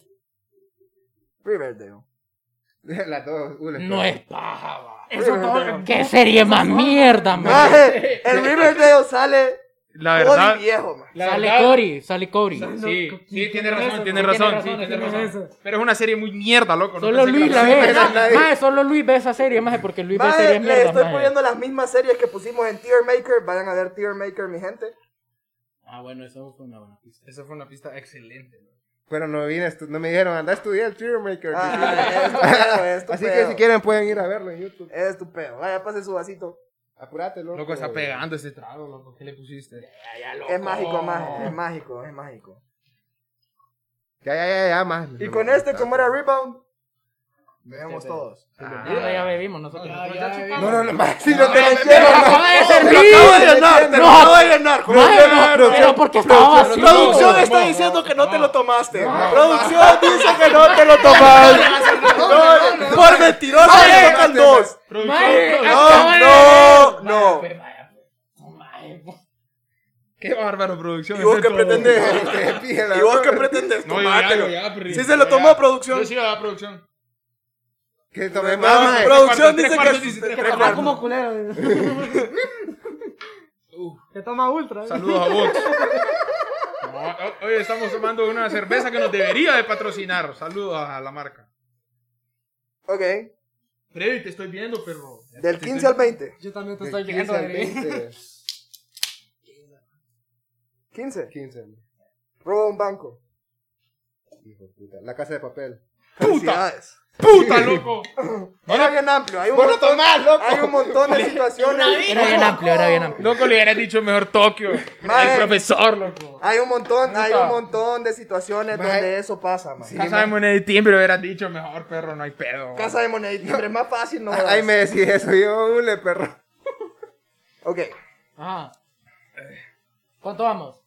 Speaker 3: Riverdale.
Speaker 4: Las dos. uh, las
Speaker 5: No
Speaker 4: dos.
Speaker 5: es paja, va.
Speaker 7: Eso todo.
Speaker 5: ¿Qué serie más mierda, maje?
Speaker 3: Maje, el Riverdale sale
Speaker 6: La
Speaker 3: Cody viejo, man.
Speaker 6: la
Speaker 5: Sale
Speaker 6: verdad-
Speaker 5: Cory, sale Cory.
Speaker 6: Sí, sí, tiene razón, tiene
Speaker 5: Sí, tiene
Speaker 6: razón, sí,
Speaker 5: razón,
Speaker 6: tiene
Speaker 5: tiene
Speaker 6: razón.
Speaker 7: razón.
Speaker 6: Pero es una serie muy mierda, loco. no
Speaker 5: Solo
Speaker 6: pensé que
Speaker 5: Luis la
Speaker 6: fuera a
Speaker 5: ve.
Speaker 6: ver.
Speaker 5: Maje, maje, solo Luis ve esa serie, maje, porque Luis ve
Speaker 3: Maje,
Speaker 5: series
Speaker 3: le
Speaker 5: mierda,
Speaker 3: estoy
Speaker 5: maje.
Speaker 3: poniendo las mismas series que pusimos en Tear Maker. Vayan a ver Tear Maker, mi gente.
Speaker 5: Ah, bueno, eso fue una buena pista.
Speaker 6: Esa fue una pista excelente. loco.
Speaker 4: Pero no vine, a estu- no me dijeron, anda a estudiar el Trigger Maker.
Speaker 3: Ah, es tu pedo, es tu
Speaker 4: Así
Speaker 3: pedo.
Speaker 4: que si quieren pueden ir a verlo en YouTube.
Speaker 3: Es tu pedo. Vaya, pase su vasito.
Speaker 4: Apúrate, loco.
Speaker 6: Loco, está pegando este trago, loco. ¿Qué le pusiste?
Speaker 3: Es mágico, maje, es mágico, es mágico.
Speaker 4: Ya, ya, ya, ya, más.
Speaker 3: Y con este, como era Rebound, veamos todos.
Speaker 5: Ah, ya bebimos nosotros.
Speaker 4: No, no, no, más. Si no te
Speaker 5: Maje,
Speaker 4: entiendo,
Speaker 5: pero
Speaker 4: más.
Speaker 5: acaba de ser
Speaker 4: Lo
Speaker 5: Luis.
Speaker 4: acabo de ganar, te lo
Speaker 5: No.
Speaker 4: acabo de ganar.
Speaker 5: Maje,
Speaker 4: Producción,
Speaker 5: no,
Speaker 4: producción.
Speaker 5: pero porque estaba así.
Speaker 3: Producción está
Speaker 6: no,
Speaker 3: diciendo que no te
Speaker 6: no.
Speaker 3: lo tomaste. Producción dice que no te lo tomaste. No, Por mentiroso le tocan dos. Ah,
Speaker 5: Maje, acaba
Speaker 3: No, no, no.
Speaker 6: Qué bárbaro producción.
Speaker 3: ¿Y vos
Speaker 6: es
Speaker 3: qué
Speaker 6: todo.
Speaker 3: pretendés?
Speaker 4: Te pide la-
Speaker 3: ¿Y vos qué pretendes?
Speaker 6: No, yo ya,
Speaker 3: Tomátelo.
Speaker 6: yo ya perdí.
Speaker 3: Si se lo
Speaker 6: Yo
Speaker 3: tomó
Speaker 6: ya-
Speaker 3: producción.
Speaker 6: Yo sí la producción.
Speaker 4: Que tome
Speaker 3: Ah,
Speaker 4: más, maje.
Speaker 3: producción
Speaker 6: Tres
Speaker 3: dice
Speaker 6: cuartos,
Speaker 3: que
Speaker 6: dice tres
Speaker 3: tres
Speaker 6: cuartos.
Speaker 7: Hablar
Speaker 3: cuartos.
Speaker 7: como culero. Te toma ultra.
Speaker 6: Saludos a vos. No, hoy estamos tomando una cerveza que nos debería de patrocinar. Saludos a la marca.
Speaker 3: Ok.
Speaker 6: Freddy, te estoy viendo, perro.
Speaker 3: Del 15 al 20.
Speaker 7: Yo también te
Speaker 4: De
Speaker 7: estoy
Speaker 4: 15
Speaker 7: viendo.
Speaker 4: al
Speaker 7: David.
Speaker 4: 20.
Speaker 3: 15.
Speaker 4: 15.
Speaker 3: Roba un banco.
Speaker 4: Hijo de puta. La casa de papel.
Speaker 3: Felicidades.
Speaker 6: ¡Puta, loco!
Speaker 3: Era bien amplio. Hay un,
Speaker 4: Bueno,
Speaker 3: montón,
Speaker 4: tomás, loco.
Speaker 3: hay un montón de situaciones.
Speaker 5: Era bien amplio, era bien amplio.
Speaker 6: Loco, le hubiera dicho mejor Tokio.
Speaker 3: Mae.
Speaker 6: El profesor, loco.
Speaker 3: Hay un montón, hay un montón de situaciones
Speaker 4: Maje.
Speaker 3: donde eso pasa, man.
Speaker 6: Casa de moneda y timbre hubieras dicho mejor, perro, no hay pedo.
Speaker 3: Casa de monedita, es más fácil, no.
Speaker 4: Ay, me decís eso yo, hule, perro.
Speaker 3: Ok.
Speaker 5: Ajá. ¿Cuánto vamos?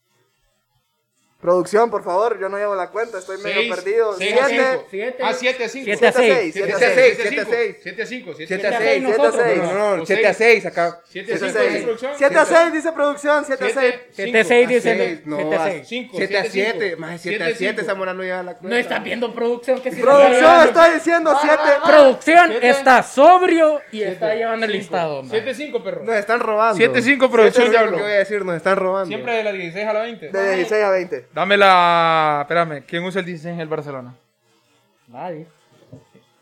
Speaker 3: Producción, por favor, yo no llevo la cuenta, estoy medio perdido. Siete.
Speaker 6: Siete. Ah, 7 a 5.
Speaker 5: Siete
Speaker 3: Siete
Speaker 5: a
Speaker 3: a
Speaker 5: seis.
Speaker 3: seis.
Speaker 8: Siete a
Speaker 3: siete a
Speaker 8: seis,
Speaker 3: seis.
Speaker 8: siete a seis.
Speaker 6: 7 a 5.
Speaker 8: 7 a
Speaker 5: a
Speaker 8: 6, 7
Speaker 5: seis
Speaker 8: a 6.
Speaker 5: nosotros.
Speaker 8: No, no,
Speaker 6: O
Speaker 8: 7 a 6 acá.
Speaker 6: 7 a 6.
Speaker 3: 7 a 6. 7 a 6 dice producción, 7 a 6.
Speaker 5: 7 a 6
Speaker 4: a
Speaker 5: dice.
Speaker 4: seis, no,
Speaker 5: 7 a
Speaker 4: a
Speaker 5: 6.
Speaker 6: 5.
Speaker 8: 7 a 7. Más 7 a 7, Zamora no lleva la cuenta.
Speaker 5: No estás viendo producción que si no está
Speaker 3: Producción
Speaker 5: llevando-
Speaker 3: está diciendo 7.
Speaker 5: Producción
Speaker 6: Siete.
Speaker 5: está sobrio y está llevando el listado. man.
Speaker 6: 7 a 5, perro.
Speaker 8: Nos están robando.
Speaker 6: 7 a
Speaker 8: Eso
Speaker 6: 5,
Speaker 8: es
Speaker 6: producción,
Speaker 8: lo
Speaker 6: ya
Speaker 8: único que
Speaker 6: hablo.
Speaker 8: voy a decir, nos están robando.
Speaker 6: Siempre de la 16 a la 20.
Speaker 3: De 16 a 20.
Speaker 6: Dame la. Espérame, ¿quién usa el 16 en el Barcelona?
Speaker 5: Nadie.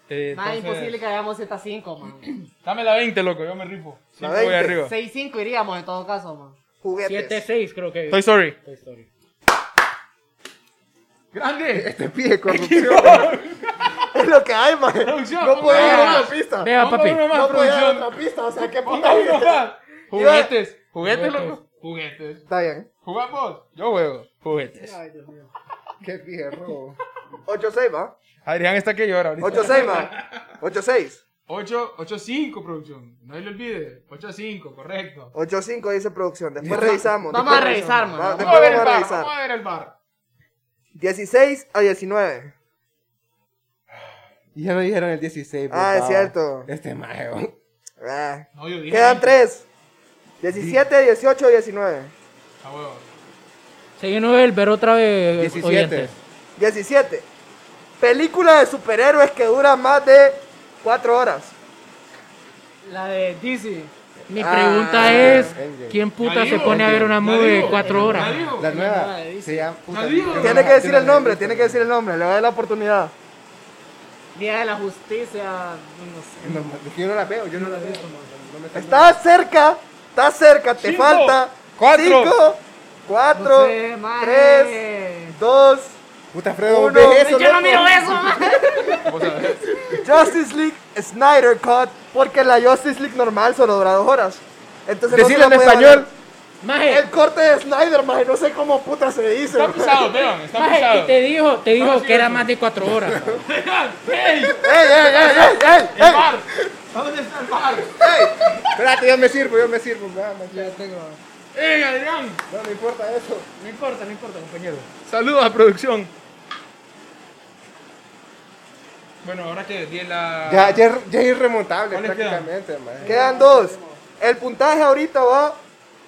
Speaker 6: Eh,
Speaker 7: Nada,
Speaker 6: entonces,
Speaker 7: imposible que hagamos 7-5, man.
Speaker 6: Dame la 20, loco, yo me rifo.
Speaker 3: La
Speaker 6: 5 voy
Speaker 3: 20.
Speaker 6: arriba.
Speaker 7: 6-5 iríamos en todo caso, man.
Speaker 5: Siete,
Speaker 3: Juguetes.
Speaker 5: seis, creo que.
Speaker 6: Toy Story.
Speaker 5: Toy Story.
Speaker 6: ¡Grande!
Speaker 8: Este pie corrupción.
Speaker 3: Es lo que hay, man.
Speaker 6: Producción,
Speaker 3: No puede
Speaker 6: ponga
Speaker 3: haber
Speaker 6: uno.
Speaker 3: otra pista.
Speaker 5: Vea,
Speaker 6: Ponga
Speaker 5: papi.
Speaker 6: uno más,
Speaker 3: No puede haber
Speaker 6: producción.
Speaker 3: otra pista, o sea, qué puta.
Speaker 6: Ponga uno más. Juguetes. Juguetes,
Speaker 5: Juguetes.
Speaker 6: loco. Juguetes.
Speaker 3: Está bien.
Speaker 6: ¿Jugamos? Yo juego. Juguetes.
Speaker 8: Qué fierro.
Speaker 3: 8-6, va.
Speaker 6: Adrián está que llora ahorita.
Speaker 3: 8-6, va. 8-6.
Speaker 6: 8, 8 5, producción. No se le olvide. 8 5, correcto.
Speaker 3: 8-5 dice producción. Después revisamos.
Speaker 7: Vamos
Speaker 3: después
Speaker 7: a revisar,
Speaker 3: revisamos.
Speaker 7: man.
Speaker 3: Va,
Speaker 6: Vamos a
Speaker 3: Después
Speaker 6: ver el
Speaker 3: vamos a
Speaker 6: bar. Vamos
Speaker 3: revisar.
Speaker 6: a ver el bar.
Speaker 3: 16 a 19.
Speaker 8: Ya no dijeron el 16. por
Speaker 3: Ah, es
Speaker 8: favor.
Speaker 3: cierto.
Speaker 8: Este mago.
Speaker 3: Ah.
Speaker 6: No, yo dije.
Speaker 3: Quedan
Speaker 6: 3.
Speaker 3: 3. 17, 18, 19.
Speaker 6: A huevo.
Speaker 5: Seguí Nobel, ver otra vez.
Speaker 8: 17.
Speaker 5: oyentes.
Speaker 3: 17. Película de superhéroes que dura más de 4 horas.
Speaker 7: La de DC.
Speaker 5: Mi
Speaker 3: Ah,
Speaker 5: pregunta es:
Speaker 8: Endgame.
Speaker 5: ¿quién puta
Speaker 6: Ya
Speaker 5: se
Speaker 6: digo,
Speaker 5: pone a ver una
Speaker 6: ya
Speaker 5: movie de
Speaker 6: digo,
Speaker 5: cuatro
Speaker 6: ya
Speaker 5: horas?
Speaker 6: digo.
Speaker 8: La
Speaker 7: la
Speaker 8: nueva.
Speaker 7: dice.
Speaker 8: Se llama. puta,
Speaker 6: La digo.
Speaker 8: yo no
Speaker 3: Tiene
Speaker 8: la-
Speaker 3: que decir
Speaker 8: yo no
Speaker 3: el
Speaker 8: la he
Speaker 3: nombre,
Speaker 8: visto.
Speaker 3: tiene que decir el nombre, le voy a dar la oportunidad.
Speaker 7: Día de la Justicia. No sé.
Speaker 8: No, es que yo no la veo, yo no la veo. este No me está-
Speaker 3: Está cerca, está cerca, te
Speaker 6: Cinco,
Speaker 3: falta.
Speaker 6: cuatro,
Speaker 3: 5, 4,
Speaker 7: No sé, mae.
Speaker 3: 3, 2,
Speaker 8: Puta Fredo,
Speaker 3: Uno.
Speaker 8: ¿ves eso,
Speaker 7: Yo
Speaker 8: loco?
Speaker 7: no miro eso, man.
Speaker 6: Vamos a ver.
Speaker 3: Justice League Snyder Cut, porque la Justice League normal solo dura 2 horas. Entonces no se
Speaker 8: Decirle
Speaker 3: la
Speaker 8: en
Speaker 3: puede
Speaker 8: español.
Speaker 3: valer.
Speaker 5: Maje,
Speaker 3: El corte de Snyder, maje, no sé cómo puta se dice.
Speaker 6: Está pisado, Teban. Está
Speaker 5: maje,
Speaker 6: pisado.
Speaker 5: y te dijo, te dijo
Speaker 6: sí,
Speaker 5: que era
Speaker 6: eso.
Speaker 5: más de cuatro horas.
Speaker 6: ¡Ey!
Speaker 3: ¡Ey, ey, ey, ey, ey!
Speaker 6: ¡El bar! ¿Dónde está el bar?
Speaker 8: Espérate, yo me sirvo, yo me sirvo. nada más, ya.
Speaker 6: ¡Ey, Adrián!
Speaker 8: No me importa eso.
Speaker 7: No importa, no importa, compañero.
Speaker 6: Saludos a producción. Bueno, ahora que di la.
Speaker 8: Ya, ya, ya es irremontable
Speaker 6: ¿Cuáles quedan?
Speaker 8: prácticamente, man.
Speaker 3: Quedan dos. El puntaje ahorita va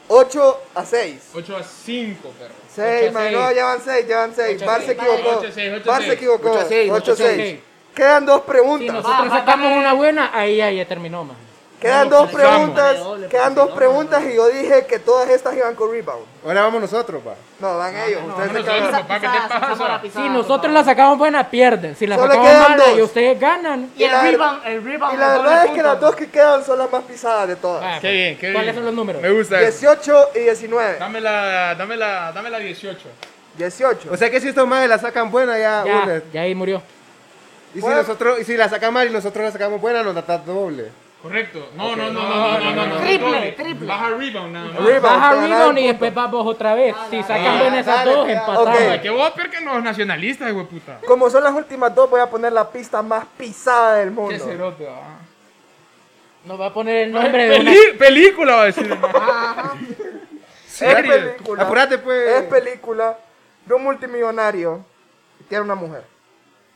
Speaker 3: 8 a 6.
Speaker 6: 8 a 5, perro.
Speaker 3: 6,
Speaker 5: a
Speaker 3: no,
Speaker 5: seis.
Speaker 3: llevan 6, llevan 6.
Speaker 6: a
Speaker 3: Bar se
Speaker 6: seis.
Speaker 3: equivocó.
Speaker 6: Ocho a seis, ocho a
Speaker 3: Bar se
Speaker 6: seis.
Speaker 3: equivocó.
Speaker 5: Ocho a
Speaker 3: 8
Speaker 5: seis,
Speaker 3: a
Speaker 5: ocho a
Speaker 3: 6.
Speaker 5: seis.
Speaker 3: Quedan dos
Speaker 5: Si
Speaker 3: preguntas.
Speaker 5: nosotros
Speaker 7: va,
Speaker 5: sacamos una buena, ahí ya, ya terminó, maje.
Speaker 3: Quedan dos
Speaker 6: Vamos.
Speaker 3: preguntas.
Speaker 7: Doble,
Speaker 3: Quedan
Speaker 7: porque
Speaker 3: dos
Speaker 7: si no,
Speaker 3: preguntas y yo dije que todas estas iban con rebound.
Speaker 8: Ahora vamos nosotros, pa.
Speaker 3: No, van ellos. Ustedes se
Speaker 6: Ah, no,
Speaker 3: quedaron.
Speaker 6: no, no. papá, ¿qué te pasa?
Speaker 5: Si nosotros la sacamos buena, pierden. Si la
Speaker 3: Solo
Speaker 5: sacamos
Speaker 3: quedan
Speaker 5: mala
Speaker 3: dos.
Speaker 5: y ustedes ganan.
Speaker 7: Y el
Speaker 3: la-
Speaker 7: rebound, el rebound.
Speaker 3: Y la
Speaker 7: doble
Speaker 3: verdad es que
Speaker 7: punto.
Speaker 3: las dos que quedan son las más pisadas de todas.
Speaker 5: Ah,
Speaker 6: Qué bien, qué bien.
Speaker 5: ¿Cuáles son los números?
Speaker 6: Me gusta eso.
Speaker 3: 18 y 19.
Speaker 6: Dame la, dame la, dame la 18.
Speaker 3: 18.
Speaker 8: O sea que si estos madres la sacan buena, ya,
Speaker 5: Ya,
Speaker 8: una.
Speaker 5: ya ahí murió.
Speaker 8: Y si,
Speaker 3: Bueno.
Speaker 8: nosotros, y si la sacan mal y nosotros la sacamos buena, nos da doble.
Speaker 6: Correcto. No, no, no, no, no, no, no, no.
Speaker 7: Triple,
Speaker 6: Doble.
Speaker 7: triple.
Speaker 6: Baja rebound nada más.
Speaker 3: Rebound,
Speaker 5: Baja
Speaker 3: te van a dar
Speaker 5: rebound
Speaker 3: punto.
Speaker 5: y
Speaker 3: Ah,
Speaker 5: después vas vos otra vez. Si sacan
Speaker 6: dale,
Speaker 5: bien esas
Speaker 8: dale,
Speaker 5: dos,
Speaker 8: dale.
Speaker 5: empatamos.
Speaker 3: Ok.
Speaker 6: Que vos peor que los nacionalistas, güey puta.
Speaker 3: Como son las últimas dos, voy a poner la pista más pisada del
Speaker 6: Qué
Speaker 3: mundo.
Speaker 6: cerote, ah. va.
Speaker 5: Nos va a poner el nombre de una
Speaker 6: Peli- Película va a decir.
Speaker 3: Es
Speaker 6: Serie.
Speaker 3: película.
Speaker 8: Apúrate, pues.
Speaker 3: Es película de un multimillonario que tiene una mujer.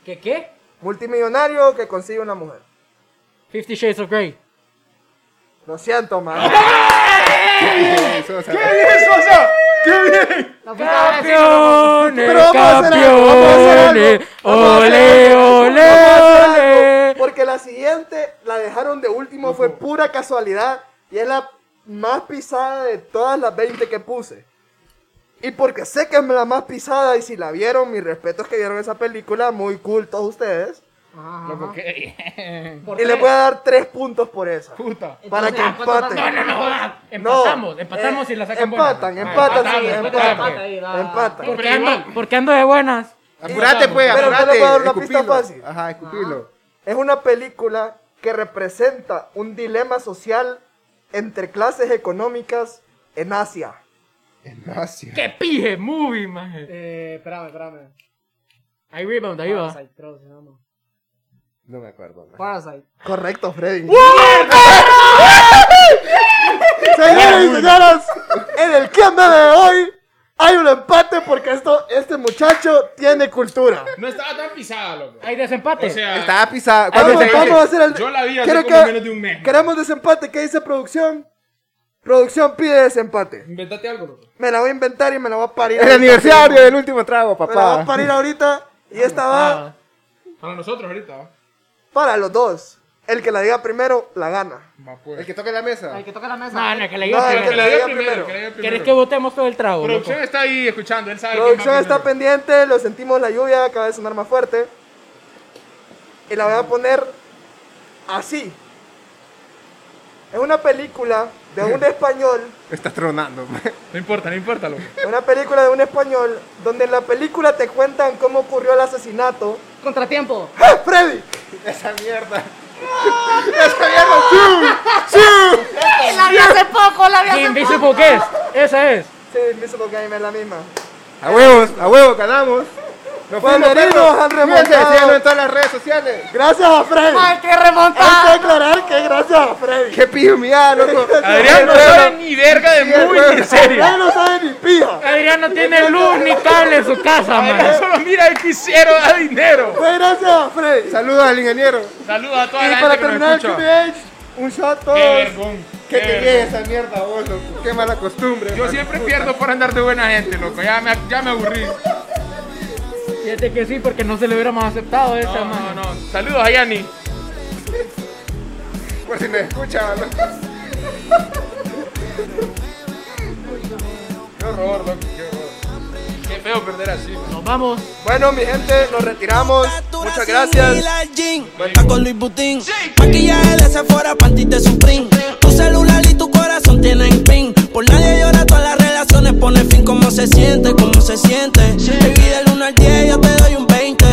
Speaker 5: ¿Qué qué?
Speaker 3: Multimillonario que consigue una mujer.
Speaker 5: Fifty Shades of Grey.
Speaker 3: Lo siento, man.
Speaker 8: Eso, o sea,
Speaker 7: La puta madre, sí,
Speaker 5: Campeones,
Speaker 3: Pero vamos a hacer algo, vamos a hacer algo.
Speaker 5: campeones.
Speaker 3: Vamos a hacer
Speaker 5: Ole,
Speaker 3: algo,
Speaker 5: ole,
Speaker 3: vamos a hacer
Speaker 5: ole.
Speaker 3: algo, Porque la siguiente la dejaron de último, fue pura casualidad. Y es la más pisada de todas las 20 que puse. Y porque sé que es la más pisada, y si la vieron, mis respetos que vieron esa película, muy cool todos ustedes.
Speaker 6: Loco, qué
Speaker 7: ¿por
Speaker 3: Y
Speaker 7: qué?
Speaker 3: les voy a dar 3 puntos por esa.
Speaker 6: puta.
Speaker 3: Para
Speaker 7: Entonces,
Speaker 3: que
Speaker 7: ¿a cuánto
Speaker 3: empaten.
Speaker 7: más?
Speaker 5: No, no, jodas.
Speaker 3: No,
Speaker 5: Empatamos, empatamos
Speaker 3: eh,
Speaker 5: y la sacan
Speaker 3: Empatan,
Speaker 5: buena.
Speaker 3: empatan, sí,
Speaker 7: Ah, empatan,
Speaker 3: empatan.
Speaker 7: empatan, ahí va.
Speaker 3: Empatan.
Speaker 5: ¿Por
Speaker 6: Pero
Speaker 5: qué ando,
Speaker 6: igual.
Speaker 5: por qué ando de buenas?
Speaker 8: apúrate, pues,
Speaker 3: Pero
Speaker 8: apúrate.
Speaker 3: te le puedo dar una pista
Speaker 8: escupilo.
Speaker 3: fácil. Ah.
Speaker 8: Ajá, escupilo.
Speaker 3: Es una película que representa un dilema social entre clases económicas en Asia.
Speaker 8: Ignacio.
Speaker 5: ¡Qué pije movie, man!
Speaker 7: Eh, espérame, espérame.
Speaker 5: Ahí rebound, ahí
Speaker 3: Ah,
Speaker 5: va.
Speaker 7: Parasite, creo que se llama.
Speaker 8: No me acuerdo. man.
Speaker 7: Parasite.
Speaker 3: Correcto, Freddy. Señoras y señoras, en el que anda de hoy hay un empate porque esto, este muchacho tiene cultura.
Speaker 6: No estaba tan pisada, loco.
Speaker 5: Hay desempate.
Speaker 3: Eh,
Speaker 6: O sea,
Speaker 4: Estaba pisada.
Speaker 3: Ah, Vamos,
Speaker 4: Cuando se-
Speaker 3: vamos a hacer el.
Speaker 6: Yo la vi hace
Speaker 3: Quiero
Speaker 6: como menos de un mes.
Speaker 3: Queremos desempate. ¿Qué dice producción? Producción pide desempate.
Speaker 6: inventate algo, loco.
Speaker 3: Me la voy a inventar y me la voy a parir.
Speaker 4: El
Speaker 3: ahorita.
Speaker 4: aniversario del último trago,
Speaker 3: Me la voy a
Speaker 4: papá.
Speaker 3: parir ahorita y esta va
Speaker 6: Ah. Para nosotros ahorita, va.
Speaker 3: para los dos. El que la diga primero la gana.
Speaker 6: Va, pues.
Speaker 4: El que toque la mesa.
Speaker 7: Al que toca la mesa.
Speaker 5: No, no, que le
Speaker 3: No,
Speaker 5: digas
Speaker 3: es
Speaker 5: primero.
Speaker 6: Que la diga primero, que la diga
Speaker 5: ¿Querés
Speaker 6: primero.
Speaker 5: que votemos todo el trago? loco?
Speaker 6: Producción está ahí escuchando, él sabe quién va
Speaker 3: Producción está
Speaker 6: primero.
Speaker 3: pendiente, lo sentimos la lluvia, acaba de sonar más fuerte. Y la voy a poner así. Es una película de un español,
Speaker 4: Está tronando, pues. man.
Speaker 6: No importa, no importa, loco.
Speaker 3: es una película de un español, donde en la película te cuentan cómo ocurrió el asesinato.
Speaker 7: Contratiempo.
Speaker 3: ¡Ah, Freddy!
Speaker 4: Esa mierda.
Speaker 7: la vi hace poco, la vi hace
Speaker 5: Invisible Guest. Esa es.
Speaker 3: Sí, Invisible Game es la misma.
Speaker 4: A huevos, a huevos, ganamos. Nos fuimos,
Speaker 3: Banderinos
Speaker 4: perros.
Speaker 3: han
Speaker 4: Cuídense,
Speaker 3: remontado.
Speaker 4: síganos en todas las redes sociales.
Speaker 3: Gracias a Freddy.
Speaker 7: Hay que
Speaker 3: Hay que
Speaker 7: remontar.
Speaker 3: aclarar que gracias a Freddy.
Speaker 4: Qué pijo mía, loco.
Speaker 6: Adrián no sabe ni verga de
Speaker 4: Sí,
Speaker 6: movie,
Speaker 4: güey.
Speaker 6: en serio.
Speaker 3: Freddy no sabe ni pija.
Speaker 5: Adrián no tiene luz ni cable en su casa,
Speaker 6: Adrián
Speaker 5: man.
Speaker 6: solo mira el quisiera da dinero.
Speaker 3: Fue gracias a Freddy.
Speaker 4: Saludos al ingeniero.
Speaker 6: Saludos a toda la
Speaker 3: Y
Speaker 6: gente
Speaker 3: para
Speaker 6: que
Speaker 3: terminar
Speaker 6: nos
Speaker 3: el
Speaker 6: escucha.
Speaker 3: QBH, un shot
Speaker 6: Qué
Speaker 3: todos.
Speaker 6: vergón.
Speaker 4: ¿Qué
Speaker 6: qué
Speaker 4: quería esa mierda vos, loco? Qué mala costumbre.
Speaker 6: Yo
Speaker 4: man.
Speaker 6: siempre pierdo por andar de buena gente, loco. Ya me, ya me aburrí.
Speaker 5: Fíjate que sí, porque no se le hubiéramos aceptado eh. esa,
Speaker 6: No, no,
Speaker 5: man.
Speaker 6: no. Saludos a Yanni.
Speaker 4: Por si me escucha, loco.
Speaker 6: Qué horror, loco. Qué horror. Qué feo perder así.
Speaker 5: Nos vamos.
Speaker 3: Bueno, mi gente, nos retiramos. Muchas gracias.
Speaker 1: Cuenta con Luis Butín. Maquillaje de Sephora, panty de Supreme. Tu celular y tu corazón tienen pin. Por nadie llora, todas las relaciones pone fin. ¿Cómo se siente? ¿Cómo se siente? Te pide el 1 al 10, yo te doy un 20.